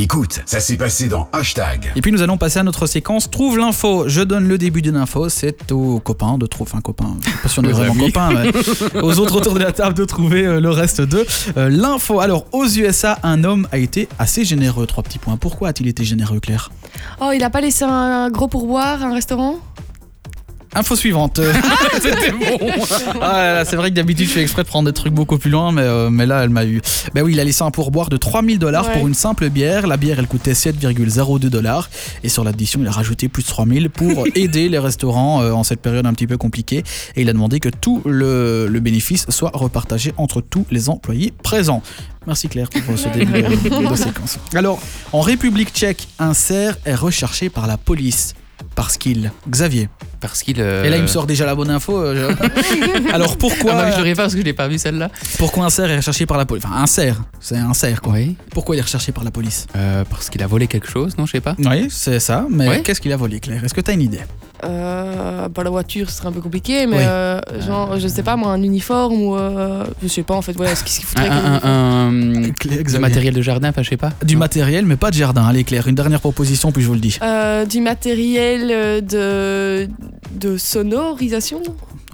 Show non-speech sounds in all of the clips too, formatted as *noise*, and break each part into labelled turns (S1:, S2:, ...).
S1: Écoute, ça s'est passé dans Hashtag.
S2: Et puis nous allons passer à notre séquence Trouve l'info. Je donne le début d'une info, c'est aux copains de trouver, enfin copains, je sais pas si on est
S3: *laughs* Aux
S2: vraiment
S3: amis.
S2: copains,
S3: *laughs*
S2: mais aux autres autour de la table de trouver euh, le reste de euh, l'info. Alors aux USA, un homme a été assez généreux. Trois petits points. Pourquoi a-t-il été généreux, Claire
S4: Oh, il a pas laissé un gros pourboire, un restaurant
S2: Info suivante. *laughs* C'était bon. Ah là là, c'est vrai que d'habitude je fais exprès de prendre des trucs beaucoup plus loin, mais, euh, mais là elle m'a eu. Ben oui, il a laissé un pourboire de 3000 dollars pour
S4: Ouais.
S2: une simple bière. La bière elle coûtait 7,02 dollars. Et sur l'addition, il a rajouté plus de 3000 pour aider les restaurants euh, en cette période un petit peu compliquée. Et il a demandé que tout le, le bénéfice soit repartagé entre tous les employés présents. Merci Claire pour euh, ce début euh, de séquence. Alors, en République tchèque, un cerf est recherché par la police. Parce qu'il. Xavier.
S3: Parce qu'il. euh,
S2: Et là, il me sort déjà la bonne info. euh, je- Alors pourquoi,
S3: Ah bah, je l'aurais pas parce que je l'ai pas vu celle-là.
S2: pourquoi un cerf est recherché par la police Enfin, un cerf, c'est un cerf quoi.
S3: Oui.
S2: Pourquoi il est recherché par la police
S3: Euh, parce qu'il a volé quelque chose, non Je sais pas.
S2: Oui, c'est ça, mais
S3: Ouais.
S2: qu'est-ce qu'il a volé, Claire Est-ce que t'as une idée
S4: euh, bah, la voiture, ce serait un peu compliqué, mais
S2: Oui.
S4: euh, genre, je sais pas, moi, un uniforme ou. euh, je sais pas, en fait, voilà, ce qu'il
S3: Un,
S4: foutrait. comme
S3: un,
S4: uniforme.
S3: un, un-
S2: Claire,
S3: du
S2: Xavier.
S3: matériel de jardin, enfin, je sais pas.
S2: Du
S3: Non.
S2: matériel, mais pas de jardin. Allez, Claire, une dernière proposition, puis je vous le dis.
S4: Euh, du matériel euh, de, de sonorisation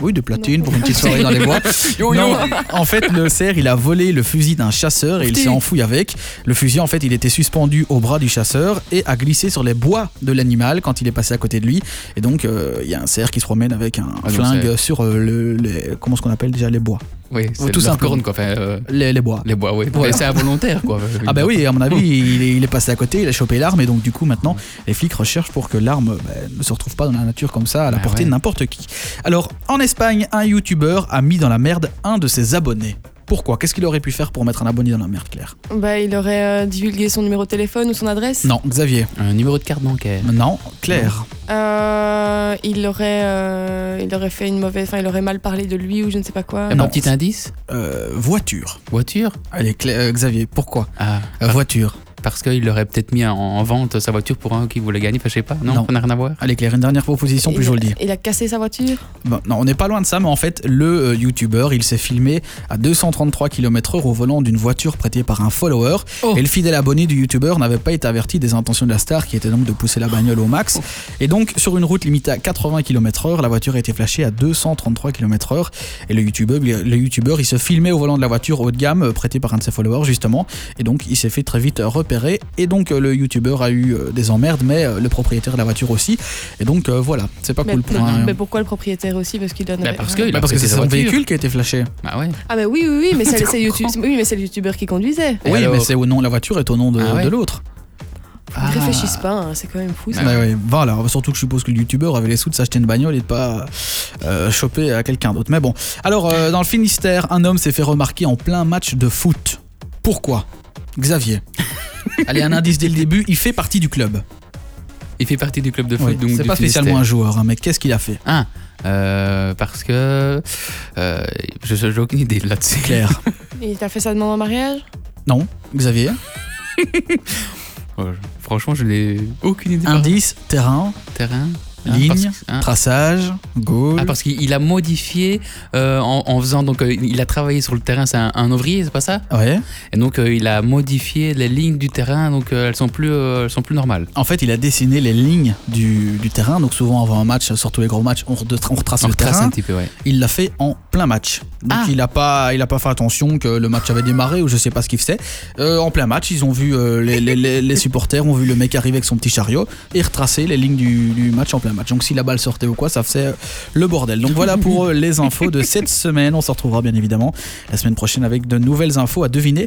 S2: Oui, de platine
S4: Non.
S2: pour une petite soirée dans les bois.
S3: *laughs* Yo,
S2: Non, en fait, le cerf, il a volé le fusil d'un chasseur et il
S4: Putain.
S2: s'est enfoui avec. Le fusil, en fait, il était suspendu au bras du chasseur et a glissé sur les bois de l'animal quand il est passé à côté de lui. Et donc, euh, il y a un cerf qui se promène avec un
S3: Ah, donc
S2: flingue sur euh, le, les- comment ce qu'on appelle déjà les bois.
S3: Oui, c'est
S2: tout
S3: tout
S2: simplement.
S3: corne, quoi. Enfin, euh,
S2: Les, les bois.
S3: les bois, oui.
S2: Voilà.
S3: Mais C'est involontaire, quoi.
S2: Ah bah oui, à mon avis, il est, il est passé à côté, il a chopé l'arme et donc du coup maintenant, les flics recherchent pour que l'arme bah, ne se retrouve pas dans la nature comme ça à la
S3: Bah
S2: portée
S3: ouais.
S2: de n'importe qui. Alors, en Espagne, un youtubeur a mis dans la merde un de ses abonnés. Pourquoi Qu'est-ce qu'il aurait pu faire pour mettre un abonné dans la merde, Claire
S4: bah, Il aurait euh, divulgué son numéro de téléphone ou son adresse
S2: Non, Xavier.
S3: Un numéro de carte bancaire.
S2: Non, Claire.
S4: Euh, il, aurait, euh, il aurait fait une mauvaise. Enfin, il aurait mal parlé de lui ou je ne sais pas quoi.
S3: Un
S2: Ah Non.
S3: petit indice
S2: Euh, voiture.
S3: Voiture
S2: Allez, Cla- euh, Xavier, pourquoi
S3: Ah,
S2: Euh, Voiture.
S3: parce qu'il aurait peut-être mis en, en vente sa voiture pour un qui voulait gagner, enfin, je sais pas. Non,
S2: Non.
S3: on n'a rien à voir.
S2: Allez, Claire, une dernière proposition, puis
S4: il,
S2: je vous le dis.
S4: il a cassé sa voiture
S2: Bon, non, on n'est pas loin de ça, mais en fait, le euh, youtubeur, il s'est filmé à 233 km/h au volant d'une voiture prêtée par un follower.
S3: Oh.
S2: Et le fidèle abonné du youtubeur n'avait pas été averti des intentions de la star, qui était donc de pousser la bagnole au max.
S4: Oh.
S2: Et donc, sur une route limitée à 80 km/h, la voiture a été flashée à 233 km/h. Et le youtubeur, le youtubeur, il se filmait au volant de la voiture haut de gamme, euh, prêtée par un de ses followers, justement. Et donc, il s'est fait très vite euh, repérer. Et donc, euh, le youtubeur a eu euh, des emmerdes, mais euh, le propriétaire de la voiture aussi. Et donc, euh, voilà, c'est pas
S4: mais,
S2: cool pour
S4: mais-
S2: un.
S4: mais pourquoi le propriétaire aussi Parce qu'il en
S3: Bah,
S4: avait-
S3: parce que, il
S2: Bah,
S3: a
S2: parce que
S3: prêté
S2: c'est
S3: sa
S2: son
S3: voiture.
S2: véhicule qui a été flashé.
S3: Bah ouais.
S4: Ah, mais oui, oui, oui, mais, c'est-
S2: Tu
S4: c'est YouTube-
S2: comprends
S4: oui, mais c'est le youtubeur qui conduisait.
S3: Et
S2: oui,
S3: alors
S2: mais c'est au nom, la voiture est au nom de,
S3: Ah ouais.
S2: de l'autre.
S3: Ah.
S4: Ils réfléchissent pas, hein, c'est quand même fou ça.
S2: Bah ouais, voilà, surtout que je suppose que le youtubeur avait les sous de s'acheter une bagnole et de pas euh, choper à quelqu'un d'autre. Mais bon, alors euh, dans le Finistère, un homme s'est fait remarquer en plein match de foot. Pourquoi Xavier. *laughs* Allez, un indice dès le début, il fait partie du club.
S3: Il fait partie du club de foot,
S2: Ouais,
S3: donc
S2: c'est
S3: du
S2: pas spécialement un
S3: Finistère.
S2: joueur, hein, mais qu'est-ce qu'il a fait
S3: Ah, euh, parce que. Euh, je je- j'ai aucune idée là-dessus.
S2: *laughs* Claire.
S4: Il t'a fait sa demande en mariage
S2: Non, Xavier.
S3: Euh, Franchement, je n'ai aucune idée. par
S2: Indice, terrain,
S3: terrain.
S2: Ligne,
S3: parce que- hein.
S2: traçage, goal.
S3: Ah, parce qu'il il a modifié euh, en, en faisant. Donc, euh, il a travaillé sur le terrain, c'est un, un ouvrier, c'est pas ça
S2: Ouais.
S3: Et donc, euh, il a modifié les lignes du terrain, donc euh, elles, sont plus, euh, elles sont plus normales.
S2: En fait, il a dessiné les lignes du, du terrain. Donc, souvent, avant un match, surtout les gros matchs, on, retra- on retrace
S3: On
S2: le
S3: retrace
S2: terrain.
S3: un petit peu, ouais.
S2: Il l'a fait en plein match. Donc,
S3: Ah.
S2: il n'a pas, il a pas fait attention que le match avait démarré ou je sais pas ce qu'il faisait. Euh, en plein match, ils ont vu, euh, les, les- les- les supporters ont vu le mec arriver avec son petit chariot et retracer les lignes du, du match en plein match. Donc, si la balle sortait ou quoi, ça faisait euh, le bordel. Donc, voilà pour euh, les infos de cette semaine. On se retrouvera bien évidemment la semaine prochaine avec de nouvelles infos à deviner